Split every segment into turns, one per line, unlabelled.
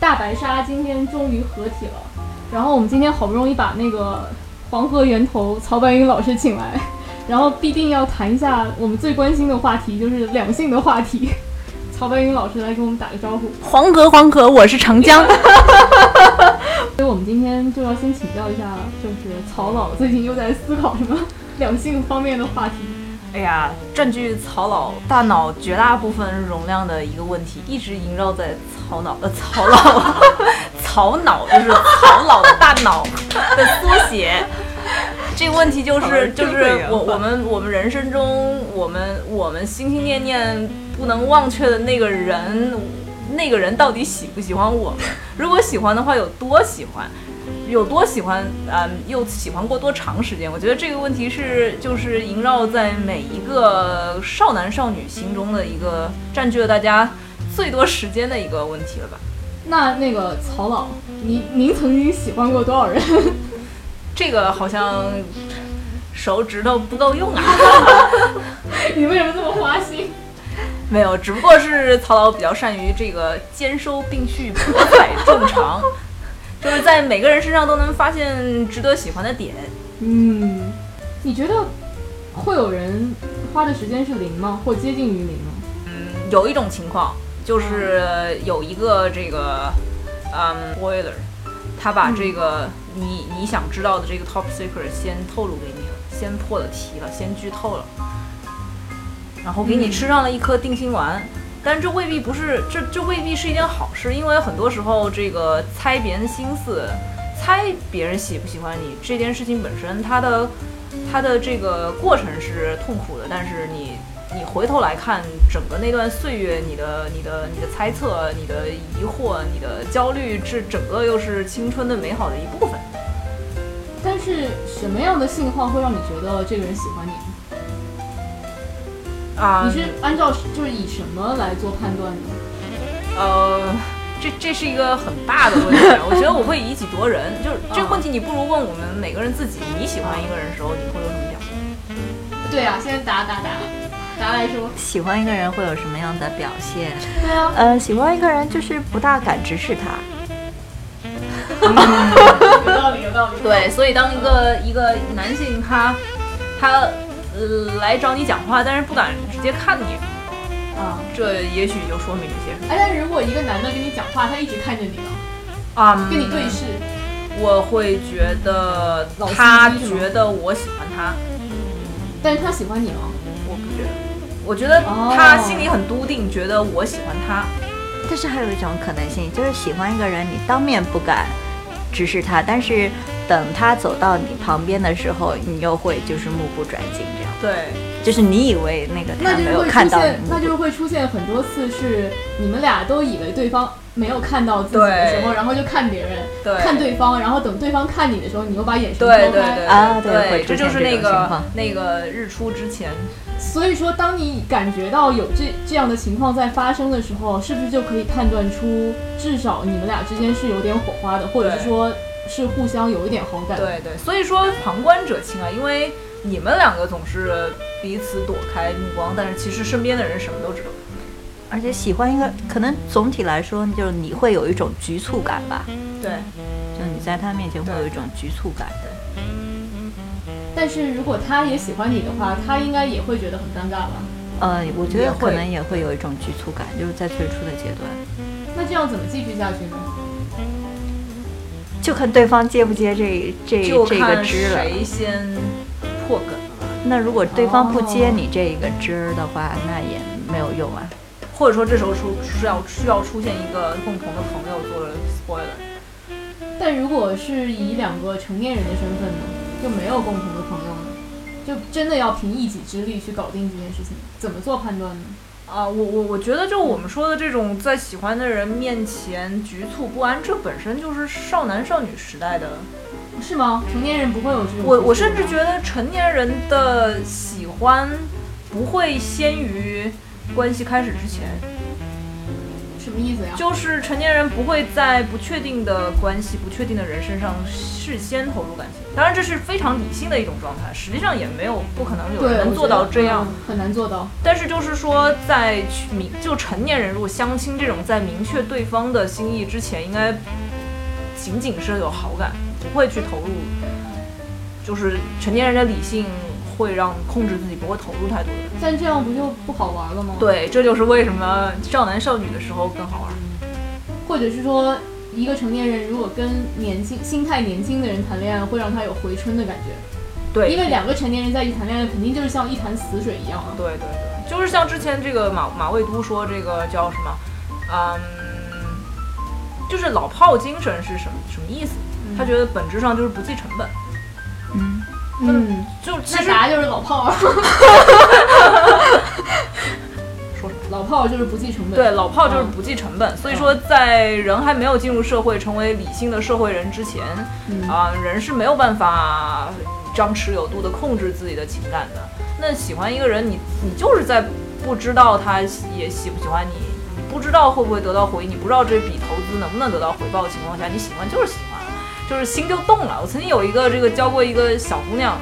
大白鲨今天终于合体了，然后我们今天好不容易把那个黄河源头曹白云老师请来，然后必定要谈一下我们最关心的话题，就是两性的话题。 曹白云老师来给我们打个招呼。
黄河，黄河，我是长江。
所以我们今天就要先请教一下，就是曹老最近又在思考什么 两性方面的话题。
哎呀，占据曹老大脑绝大部分容量的一个问题，一直萦绕在曹脑呃曹老曹脑就是曹老的大脑的缩写。这个问题就
好像
是
是
就
这个
是
原
我
话
我们我们人生中我们我们心心念念不能忘却的那个人，那个人到底喜不喜欢我们？如果喜欢的话，有多喜欢？有多喜欢，嗯，又喜欢过多长时间？我觉得这个问题是就是萦绕在每一个少男少女心中的一个占据了大家最多时间的一个问题了吧。
那那个曹老，您您曾经喜欢过多少人？
这个好像手指头不够用啊，
你为什么这么花心？
没有，只不过是曹老比较善于这个兼收并蓄、博采众长，就是在每个人身上都能发现值得喜欢的点。
嗯，你觉得会有人花的时间是零吗？或接近于零吗？
嗯，有一种情况就是有一个这个，嗯，boiler，他把这个你你想知道的这个 top secret 先透露给你了，先破了题了，先剧透了，然后给你
嗯
吃上了一颗定心丸。但这未必不是，这这未必是一件好事，因为很多时候这个猜别人心思，猜别人喜不喜欢你这件事情本身，它的它的这个过程是痛苦的，但是你你回头来看整个那段岁月，你的你的你的猜测、你的疑惑、你的焦虑，这整个又是青春的美好的一部分。
但是什么样的信号会让你觉得这个人喜欢你？
啊、
你是按照就是以什么来做判断的？
呃，这这是一个很大的问题，啊 我觉得我会以己度人，就是这个问题，你不如问我们每个人自己，你喜欢一个人的时候，你会有什么表现？
对啊，现在答答答答来说，
喜欢一个人会有什么样的表现？
对啊，
呃，喜欢一个人就是不大敢直视他。
有道理有道理。
对，所以当一个一个男性他他呃来找你讲话，但是不敢直接看你，
啊，
这也许就说明一些什么
哎，但如果一个男的跟你讲话，他一直看着你呢，
啊、
跟你对视，
我会觉得
老司机
他
是吗
觉得我喜欢他，
但是他喜欢你了。
我不觉得。我觉得他心里很笃定，觉得我喜欢他。
但是还有一种可能性，就是喜欢一个人，你当面不敢直视他，但是等他走到你旁边的时候，你又会就是目不转睛这样，
对，
就是你以为那个
那
他
就
没
是
有
会
看
出
到
现
你，，
那就是会出现很多次是你们俩都以为对方没有看到自己的时候，
对
然后就看别人，
对
看对方，然后等对方看你的时候，你又把眼神
对
抛开。
对对
啊对
对，
会
这
出现
就是那
这种情
个
况
那个日出之前，
所以说，当你感觉到有这这样的情况在发生的时候，是不是就可以判断出至少你们俩之间是有点火花的，或者是说是互相有一点好感？
对对，所以说旁观者清啊，因为你们两个总是彼此躲开目光，但是其实身边的人什么都知道。
而且喜欢一个，可能总体来说就是你会有一种局促感吧，
对，
就你在他面前会有一种局促感。
但是如果他也喜欢你的话，他应该也会觉得很尴尬吧？
呃，我觉
也
得
会
可能也会有一种局促感，就是在最初的阶段，
那这样怎么继续下去呢？
就看对方接不接这这
就
这个
看
枝了。
谁先破梗了吧，
那如果对方不接你这个枝儿的话，那也没有用啊。
或者说这时候出是要需要出现一个共同的朋友做 spoiler。
但如果是以两个成年人的身份呢，就没有共同的朋友呢，就真的要凭一己之力去搞定这件事情，怎么做判断呢？
啊，我我我觉得就我们说的这种在喜欢的人面前局促不安，这本身就是少男少女时代的。
是吗？成年人不会有这种事情吗。
我我甚至觉得成年人的喜欢不会先于关系开始之前。
是么意思呀？
就是成年人不会在不确定的关系、不确定的人身上事先投入感情，当然这是非常理性的一种状态，实际上也没有不可能有
对，
人能
我
做
觉得
到这样。
嗯很难做到。
但是就是说，在去明就成年人如果相亲这种，在明确对方的心意之前，应该仅仅是有好感，不会去投入。就是成年人的理性会让控制自己不会投入太多的。
但这样不就不好玩了吗？，
对，这就是为什么少男少女的时候更好玩。
或者是说，一个成年人如果跟年轻、心态年轻的人谈恋爱，会让他有回春的感觉。
对，
因为两个成年人在一起谈恋爱，肯定就是像一潭死水一样啊。
对对对，就是像之前这个马马未都说这个叫什么，嗯，就是老炮精神是什么什么意思？他觉得本质上就是不计成本，
嗯，
嗯，
就其
那
实
啥就是老炮 儿，
说什么？
老炮儿就是不计成本。
对，老炮就是不计成本，所以说在人还没有进入社会，成为理性的社会人之前，
嗯
啊、人是没有办法张弛有度的控制自己的情感的。那喜欢一个人，你你就是在不知道他也喜不喜欢你，你不知道会不会得到回应，你不知道这笔投资能不能得到回报的情况下，你喜欢就是喜欢，就是心就动了。我曾经有一个这个教过一个小姑娘，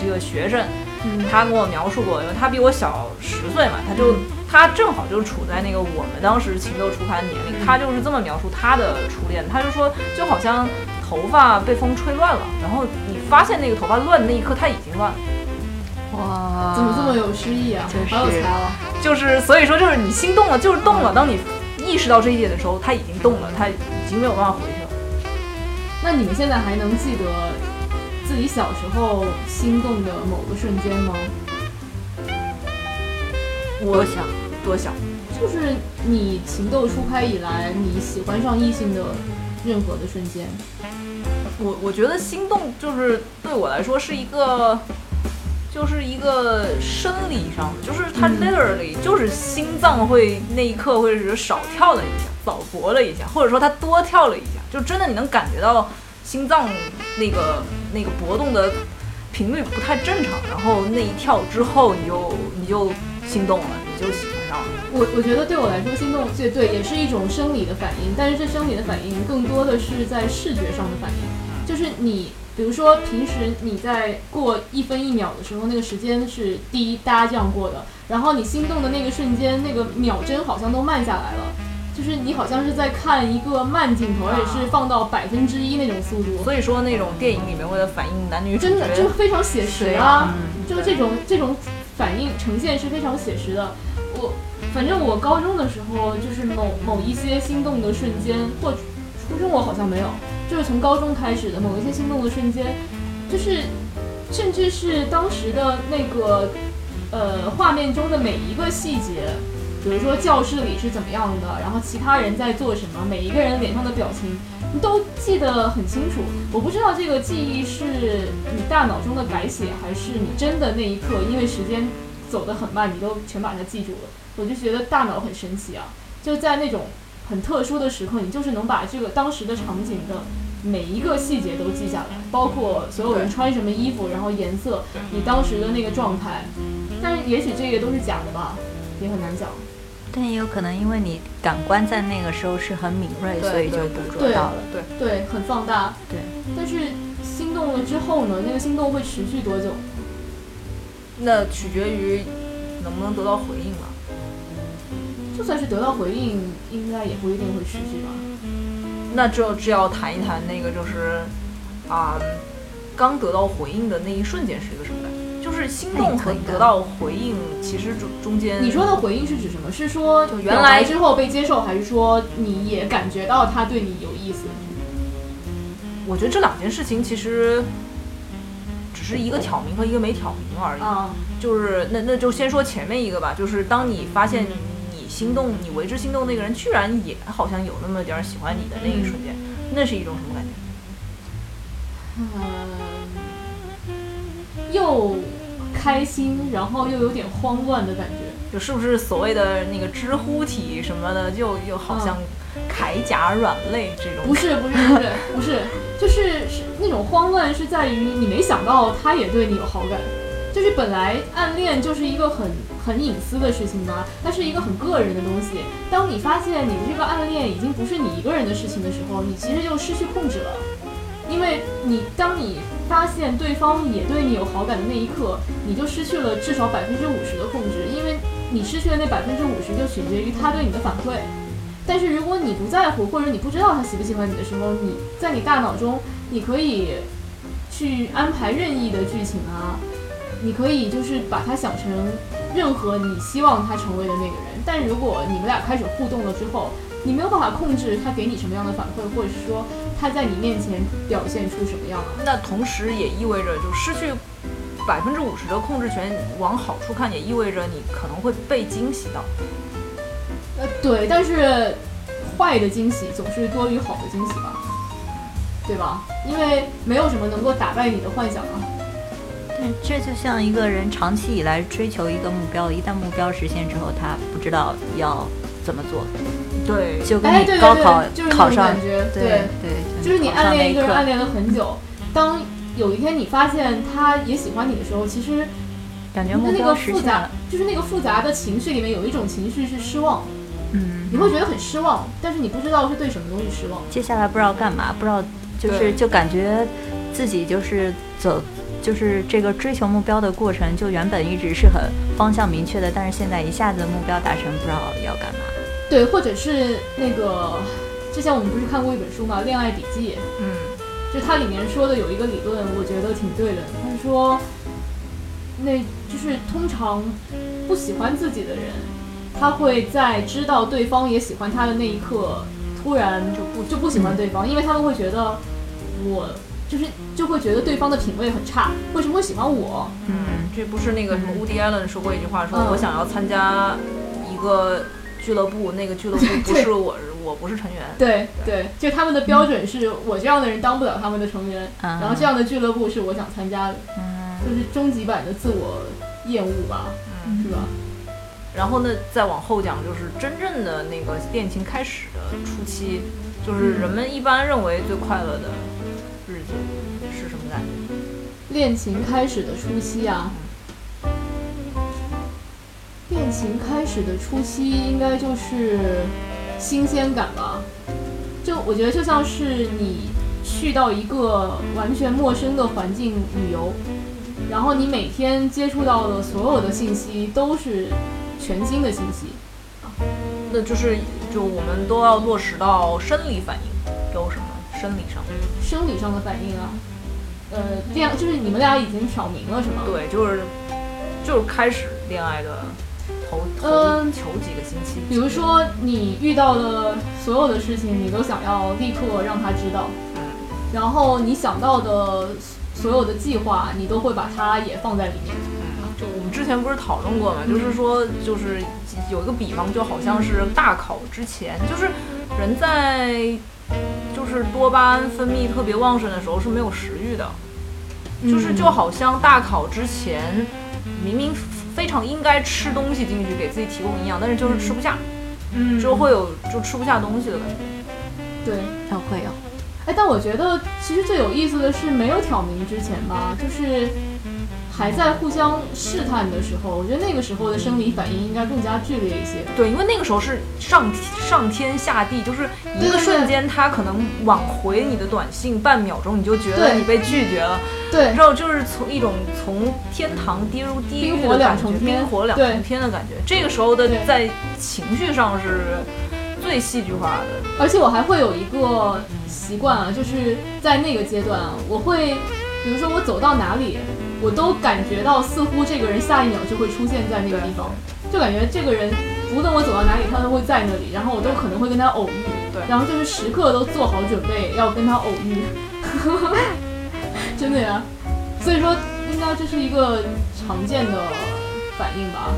这个学生，
嗯
她跟我描述过，因为她比我小十岁嘛，她就她正好就处在那个我们当时情窦初开的年龄，她就是这么描述她的初恋，她就说就好像头发被风吹乱了，然后你发现那个头发乱的那一刻，它已经乱了，
哇，
怎么这么有诗意啊
就？是
好有才哦。
就是所以说就是你心动了就是动了，当你意识到这一点的时候，它已经动了，它已经没有办法回去了。
那你们现在还能记得自己小时候心动的某个瞬间吗？
我
多想？
多想，
就是你情窦初开以来，你喜欢上异性的任何的瞬间。
我我觉得心动就是对我来说是一个，就是一个生理上的，就是它
嗯
literally 就是心脏会那一刻会是少跳了一下，早搏了一下，或者说它多跳了一下，就真的你能感觉到心脏那个那个搏动的频率不太正常，然后那一跳之后你就你就心动了，你就喜欢上了，
我我觉得对我来说，心动对对也是一种生理的反应，但是这生理的反应更多的是在视觉上的反应，就是你。比如说，平时你在过一分一秒的时候，那个时间是滴答这样过的，然后你心动的那个瞬间，那个秒针好像都慢下来了，就是你好像是在看一个慢镜头，而且是放到百分之一那种速度，
所以说那种电影里面为了反映男女主
真
角
的就非常写实
对
啊。
嗯，
就是这种这种反应呈现是非常写实的。我反正我高中的时候，就是某某一些心动的瞬间，或初中我好像没有，就是从高中开始的某一些心动的瞬间，就是甚至是当时的那个呃画面中的每一个细节。比如说教室里是怎么样的，然后其他人在做什么，每一个人脸上的表情，你都记得很清楚。我不知道这个记忆是你大脑中的改写，还是你真的那一刻因为时间走得很慢，你都全把它记住了。我就觉得大脑很神奇啊，就在那种很特殊的时刻，你就是能把这个当时的场景的。每一个细节都记下来，包括所有人穿什么衣服，然后颜色，你当时的那个状态。但是也许这个都是假的吧，也很难讲。
但也有可能因为你感官在那个时候是很敏锐，
对
所以就
对
捕
对
捉
对
到了。
对。
对，很放大。
对，
但是心动了之后呢？那个心动会持续多久？
那取决于能不能得到回应了。
就算是得到回应，应该也不一定会持续吧。
那就就要谈一谈那个就是，啊、刚得到回应的那一瞬间是一个什么感觉？就是心
哎
动
可
和
以的
得到回应，其实中中间
你说的回应是指什么？是说
嗯就原
表
来
白之后被接受，还是说你也感觉到他对你有意思？
我觉得这两件事情其实只是一个挑明和一个没挑明而已。
啊，
就是那那就先说前面一个吧，就是当你发现你心动，你为之心动那个人居然也好像有那么点儿喜欢你的那一瞬间，那是一种什么感
嗯，
觉？
又开心，然后又有点慌乱的感觉。
就是不是所谓的那个知乎体什么的，就又好像铠甲软肋这种。
不是不是不是不是，就是是那种慌乱是在于你没想到他也对你有好感，就是本来暗恋就是一个很很隐私的事情嘛，它是一个很个人的东西。当你发现你的这个暗恋已经不是你一个人的事情的时候，你其实就失去控制了，因为你当你发现对方也对你有好感的那一刻，你就失去了至少百分之五十的控制，因为你失去的那百分之五十就取决于他对你的反馈。但是如果你不在乎，或者你不知道他喜不喜欢你的时候，你在你大脑中，你可以去安排任意的剧情啊，你可以就是把它想成任何你希望他成为的那个人。但如果你们俩开始互动了之后，你没有办法控制他给你什么样的反馈，或者是说他在你面前表现出什么样啊。
那同时也意味着，就失去百分之五十的控制权，往好处看，也意味着你可能会被惊喜到。
呃，对，但是坏的惊喜总是多于好的惊喜吧，对吧？因为没有什么能够打败你的幻想啊。
对，这就像一个人长期以来追求一个目标，一旦目标实现之后，他不知道要怎么做，
对
就跟
哎，
你
对
高
对
考
对，就是那
考
种
上
感，觉，
对对，
就是你
考上
暗恋一个人，
那
暗
刻，
恋了很久，当有一天你发现他也喜欢你的时候，其实
感觉目
那
标
个
实
复
现
杂
了，，
就是那个复杂的情绪里面有一种情绪是失望，
嗯，
你会觉得很失望，但是你不知道是对什么东西失望。
接下来不知道干嘛，不知道就是
对
就感觉自己就是走，就是这个追求目标的过程，就原本一直是很方向明确的，但是现在一下子目标达成，不知道要干嘛。嗯
对，或者是那个之前我们不是看过一本书嘛，《恋爱笔记》，
嗯，
就它里面说的有一个理论，我觉得挺对的。他说，那就是通常不喜欢自己的人，他会在知道对方也喜欢他的那一刻，突然就不就不喜欢对方，因为他们会觉得我就是就会觉得对方的品味很差，为什么会喜欢我？
嗯，
这不是那个什么 Woody Allen 说过一句话说，
嗯
我想要参加一个俱乐部，那个俱乐部不
对
是我，我不是成员。
对对，就他们的标准是我这样的人当不了他们的成员，
啊
然后这样的俱乐部是我想参加的，
嗯
就是终极版的自我厌恶吧，
嗯
是吧？
然后呢，再往后讲，就是真正的那个恋情开始的初期，就是人们一般认为最快乐的日子是什么感觉？
恋情开始的初期啊，恋情开始的初期应该就是新鲜感吧。就我觉得就像是你去到一个完全陌生的环境旅游，然后你每天接触到的所有的信息都是全新的信息。
那就是就我们都要落实到生理反应，有什么生理上？
生理上的反应啊，呃，恋就是你们俩已经挑明了是吗？
对，就是就是开始恋爱的头头、
嗯
头几个星期，
比如说你遇到的所有的事情，你都想要立刻让他知道，然后你想到的所有的计划，你都会把它也放在里面。
就我们之前不是讨论过嘛，就是说，就是有一个比方，就好像是大考之前，就是人在就是多巴胺分泌特别旺盛的时候是没有食欲的，
嗯
就是就好像大考之前明明非常应该吃东西进去给自己提供营养，但是就是吃不下，
嗯
就会有就吃不下东西的感觉。
对，
要会有，
哎，但我觉得其实最有意思的是没有挑明之前吧，就是还在互相试探的时候，我觉得那个时候的生理反应应该更加剧烈一些。
对，因为那个时候是上上天下地，就是一
对对
个
对
瞬间，他可能往回你的短信半秒钟，你就觉得
对
你被拒绝了。
对
然后就是从一种从天堂跌入地狱
冰火
的感
两
觉，
重天
冰火两重天的感觉。这个时候的
对
在情绪上是最戏剧化的。
而且我还会有一个习惯啊，就是在那个阶段啊，我会，比如说我走到哪里，我都感觉到似乎这个人下一秒就会出现在那个地方，就感觉这个人无论我走到哪里，他都会在那里，然后我都可能会跟他偶遇，
对
然后就是时刻都做好准备要跟他偶遇， 真的呀，所以说应该这是一个常见的反应吧，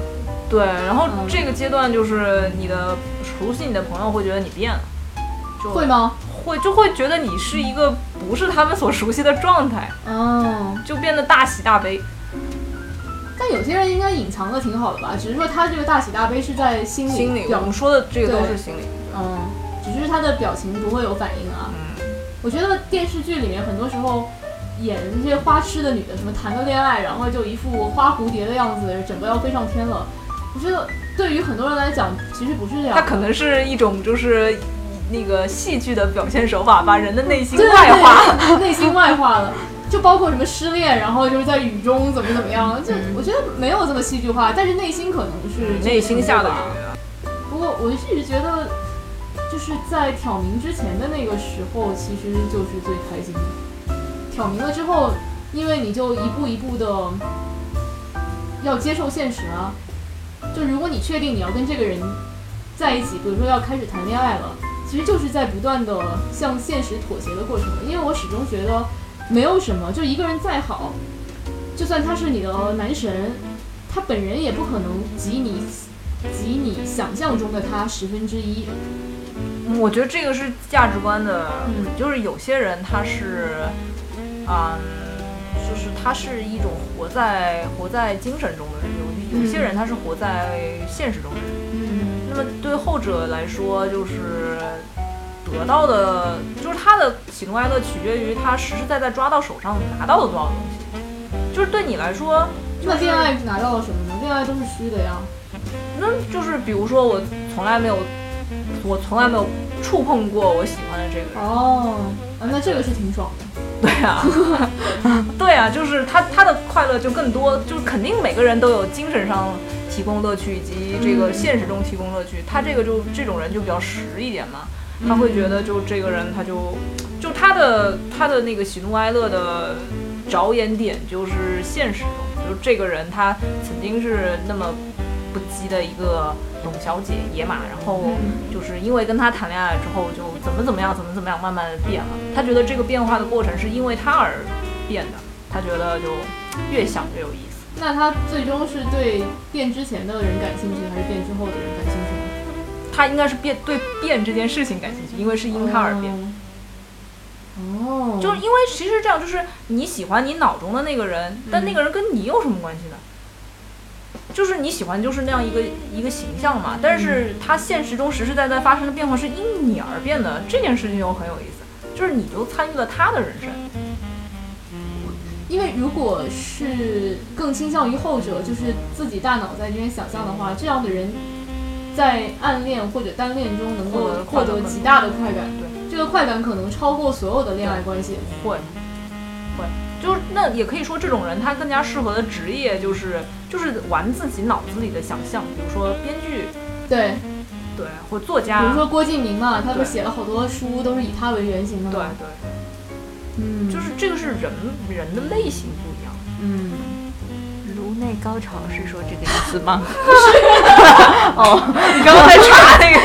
对，然后
嗯
这个阶段就是你的熟悉你的朋友会觉得你变了，就
会吗？
会就会觉得你是一个不是他们所熟悉的状态，
哦。
就变得大喜大悲。
但有些人应该隐藏的挺好的吧，只是说他这个大喜大悲是在心里
心理，我
表
们，说的这个都
对
是心理。
嗯，只是他的表情不会有反应啊。
嗯，
我觉得电视剧里面很多时候演这些花痴的女的，什么谈个恋爱，然后就一副花蝴蝶的样子，整个要飞上天了。我觉得对于很多人来讲，其实不是这样
它。可能是一种就是那个戏剧的表现手法，把人的内心
对
外化。，
对内心外化了。就包括什么失恋，然后就是在雨中怎么怎么样，就我觉得没有这么戏剧化，但是内心可能是
嗯内心下的
吧。
雨，
不过我一直觉得，就是在挑明之前的那个时候，其实就是最开心的。挑明了之后，因为你就一步一步的要接受现实啊。就如果你确定你要跟这个人在一起，比如说要开始谈恋爱了，其实就是在不断的向现实妥协的过程。因为我始终觉得没有什么，就一个人再好，就算他是你的男神，他本人也不可能及你及你想象中的他十分之一。
嗯我觉得这个是价值观的，
嗯
就是有些人他是，嗯，就是他是一种活在活在精神中的人，有有些
嗯
人他是活在现实中的人。
嗯
那么对后者来说，就是得到的，就是他的喜怒哀乐取决于他实实在在抓到手上拿到了多少东西。就是对你来说，
那恋爱拿到了什么呢？恋爱都是虚的呀。
那就是比如说我从来没有，我从来没有触碰过我喜欢的这个人。
哦，啊，那这个是挺爽的。
对啊，对啊，就是他他的快乐就更多，就是肯定每个人都有精神上提供乐趣以及这个
嗯
现实中提供乐趣。他这个就这种人就比较实一点嘛，他会觉得就这个人他就就他的他的那个喜怒哀乐的着眼点就是现实中，就是这个人他曾经是那么不羁的一个董小姐野马，然后
嗯
就是因为跟他谈恋爱之后就怎么怎么样，怎么怎么样，慢慢的变了。他觉得这个变化的过程是因为他而变的，他觉得就越想越有意思。
那他最终是对变之前的人感兴趣，还是变之后的人感兴趣？
他应该是变对变这件事情感兴趣，因为是因他而变。。
哦，
就是因为其实这样，就是你喜欢你脑中的那个人，但那个人跟你有什么关系呢？就是你喜欢就是那样一个一个形象嘛，但是他现实中实实在在发生的变化是因你而变的，这件事情又很有意思，就是你就参与了他的人生。
因为如果是更倾向于后者，就是自己大脑在这边想象的话，这样的人在暗恋或者单恋中能够
获
获
得快乐
得
吗
极大的快感，
对，
这个快感可能超过所有的恋爱关系。
会，会，就是那也可以说这种人他更加适合的职业就是就是玩自己脑子里的想象，比如说编剧，
对，
对，或作家，
比如说郭敬明嘛，他不
啊对
是写了好多书都是以他为原型的
对
吗？
对，
嗯，
就是这个是人人的类型不一样。
嗯，
颅内高潮是说这个意思吗？ 哦
你刚刚在查那个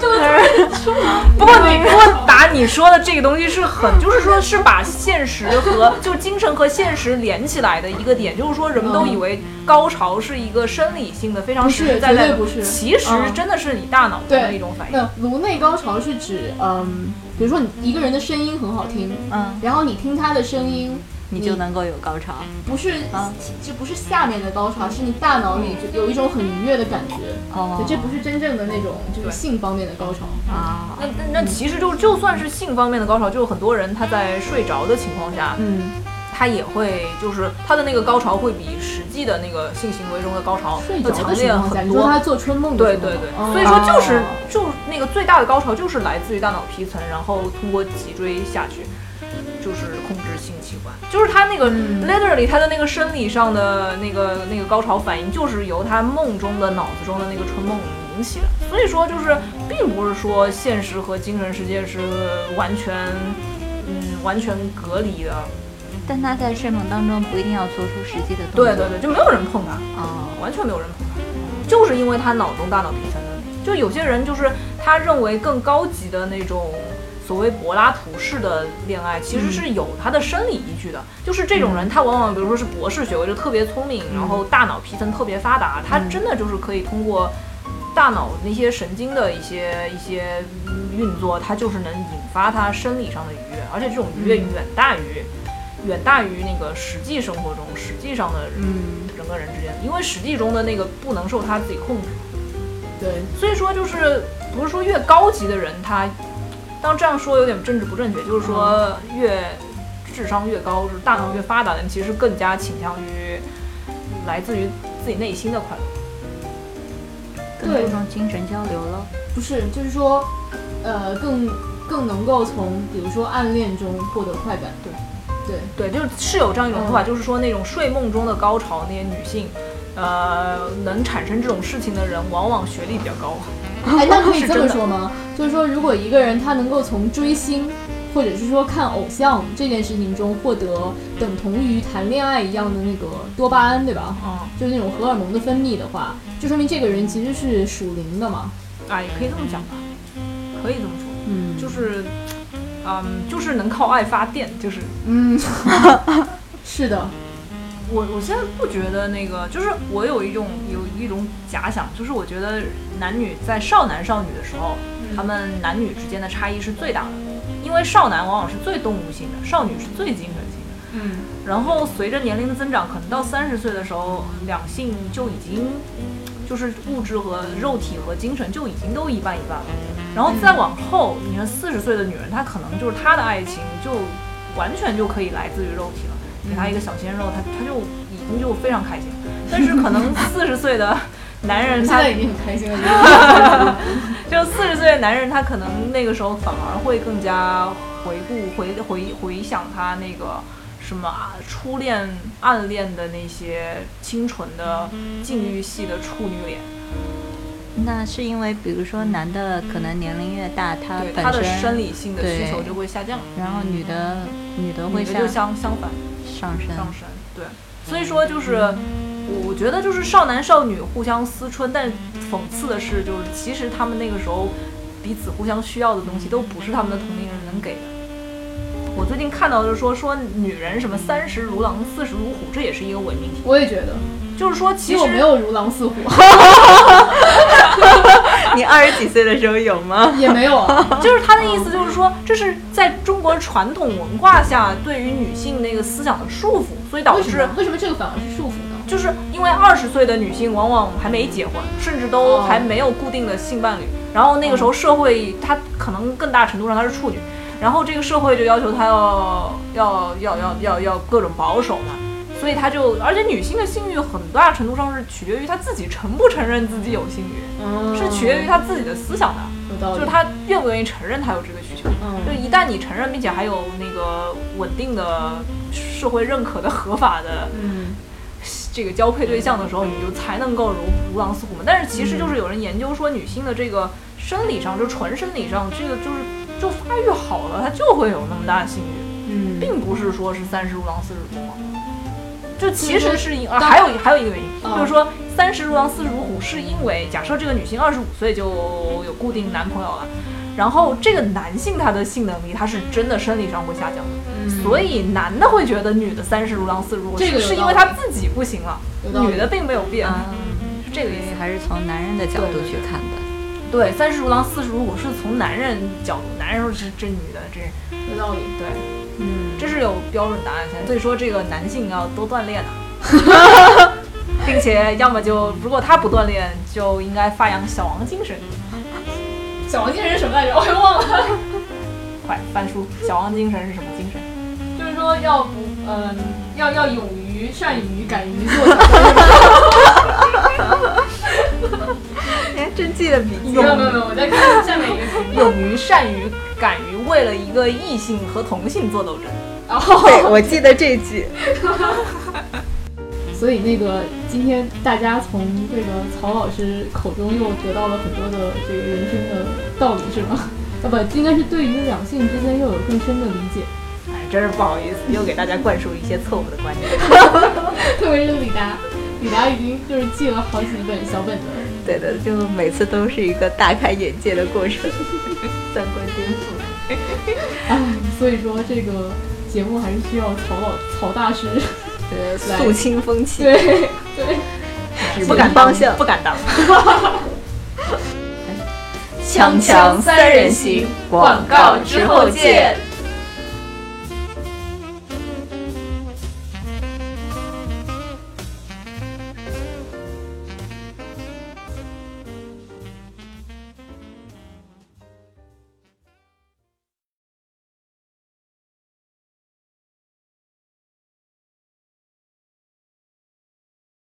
这个词儿， 不过你不过打你说的这个东西是很，就是说是把现实和就精神和现实连起来的一个点，就是说人们都以为高潮是一个生理性的，非常
不是
实实在在
绝
的，
对不是
其实
嗯
真的是你大脑中的一种反应。
那颅内高潮是指，嗯，比如说你一个人的声音很好听，
嗯，
然后你听他的声音，
你就能够有高潮。
不是
啊
这不是下面的高潮，是你大脑里有一种很愉悦的感觉。
哦
对，这不是真正的那种就是
对
性方面的高潮。
啊
那那那其实就就算是性方面的高潮，就是很多人他在睡着的情况下，
嗯，
他也会就是他的那个高潮会比实际的那个性行为中的高潮
睡
要
着
强
的
烈
情况下，
很
你说
多。
他做春梦的
对
时候
对对，
哦
所以说就是
哦
就那个最大的高潮就是来自于大脑皮层，然后通过脊椎下去，就是控制性器官，就是他那个、
嗯
literally 他的那个生理上的那个那个高潮反应，就是由他梦中的脑子中的那个春梦引起的。所以说就是并不是说现实和精神世界是完全嗯完全隔离的，
嗯
但他在睡梦当中不一定要做出实际的动作。
对对对，就没有人碰他。
哦，
完全没有人捧他，就是因为他脑中大脑皮层的，就有些人就是他认为更高级的那种所谓柏拉图式的恋爱，其实是有他的生理依据的。就是这种人，他往往比如说是博士学位，就特别聪明，然后大脑皮层特别发达，他真的就是可以通过大脑那些神经的一些一些嗯运作，它就是能引发他生理上的愉悦，而且这种愉悦
嗯
远大于。远大于那个实际生活中实际上的
嗯，
人跟人之间，因为实际中的那个不能受他自己控制，
嗯对，
所以说就是不是说
嗯
越高级的人他，当然这样说有点政治不正确，就是说越智商越高，就是大脑越发达的人，其实更加倾向于来自于自己内心的快乐。
更注重精神交流了。
不是，就是说，呃，更更能够从比如说暗恋中获得快感，对，对，
对，就是是有这样一种说法，
嗯
就是说那种睡梦中的高潮，那些女性，呃，能产生这种事情的人，往往学历比较高。
哎，那可以
是
这
真
么
的
说吗？就是说，如果一个人他能够从追星，或者是说看偶像这件事情中获得等同于谈恋爱一样的那个多巴胺，对吧？
嗯，
就是那种荷尔蒙的分泌的话，就说明这个人其实是属灵的嘛。
啊，也可以这么讲吧，可以这么说，
嗯
就，
就是
嗯，就是能靠爱发电，就是
嗯， 是的，
我我现在不觉得那个，就是我有一种有一种假想，就是我觉得男女在少男少女的时候，他们男女之间的差异是最大的，因为少男往往是最动物性的，少女是最精神性的。
嗯，
然后随着年龄的增长，可能到三十岁的时候，两性就已经就是物质和肉体和精神就已经都一半一半了。然后再往后，你看四十岁的女人，她可能就是她的爱情就完全就可以来自于肉体了，给她一个小鲜肉，她她就已经就非常开心。但是可能四十岁的男人，
现
他
在已经很开心了，就是
就四十岁的男人，他可能那个时候反而会更加回顾、回回回想他那个什么啊初恋、暗恋的那些清纯的禁欲系的处女脸，
那是因为，比如说男的可能年龄越大，他
对他
本
的
身，
生理性的需
对
求就会下降，
然后女的女的
女
会
的
向
就相相反。
上升，
嗯
上升，对，所以说就是，我我觉得就是少男少女互相思春，但讽刺的是，就是其实他们那个时候彼此互相需要的东西，都不是他们的同龄人能给的。我最近看到就是说说女人什么三十如狼四十如虎，这也是一个伪命题，
我也觉得，
就是说
其
其
实
实
我没有如狼似虎，
你二十几岁的时候有吗？
也没有啊，
就是他的意思就是说，这是在中国传统文化下对于女性那个思想的束缚，所以导
为什
致
么为什么这个反而是束缚呢？
就是因为二十岁的女性往往还没结婚，甚至都
哦嗯
还没有固定的性伴侣，然后那个时候社会她可能更大程度上她是处女，然后这个社会就要求她要要要要要要各种保守嘛，所以她就而且女性的性欲很大程度上是取决于她自己承不承认自己有性欲，
嗯
是取决于她自己的思想的，
有道
就
理，
是她愿不愿意承认她有这个需求。
嗯
就一旦你承认，并且还有那个稳定的社会认可的合法的
嗯
这个交配对象的时候，你就才能够如如狼似虎嘛。但是其实就是有人研究说，女性的这个生理上，就纯生理上，这个就是就发育好了，她就会有那么大的性欲，
嗯，
并不是说是三十如狼四十如虎。就其
就是
实是因啊，
当
还有一还有一个原因，
哦
就是说三十如狼四十如虎，是因为假设这个女性二十五岁就有固定男朋友了，然后这个男性他的性能力他是真的生理上会下降的，
嗯
所以男的会觉得女的三十如狼四十如虎，
这个有
是因
道
为
理
他自己不行了。
有道理
女的并没有变，
啊，
是这个
所
意
以
思。
还是从男人的角度去看的。
对，三十如狼，四十如虎是从男人角度，男人说这这女的这
有道理，
对，
嗯，
这是有标准答案的。所以说这个男性要多锻炼啊，啊并且要么就如果他不锻炼，就应该发扬小王精神。
小王精神是什么来着？我 又忘了，
快翻书，小王精神是什么精神？
就是说要不，嗯，要要勇于、善于、敢于做，
哎，真记得笔
没有 没有没有，我在看下面一个题目，
勇于、善于、敢于为了一个异性和同性做斗争。
然后。
对，我记得这句。
所以那个今天大家从这个曹老师口中又得到了很多的这个人生的道理，是吗？ 啊，不，应该是对于两性之间又有更深的理解，
哎，真是不好意思，又给大家灌输一些错误的观念。
特别是李达，李达已经就是记了好几本小本子了。
对的， 就每次都是一个大开眼界的 过程，三观颠覆。
唉，所以说这个节目还是需要曹老曹大师，
对，
来
肃清风气，
对对，
不敢当，
方向，
不敢当。
锵锵三人行广告之后见。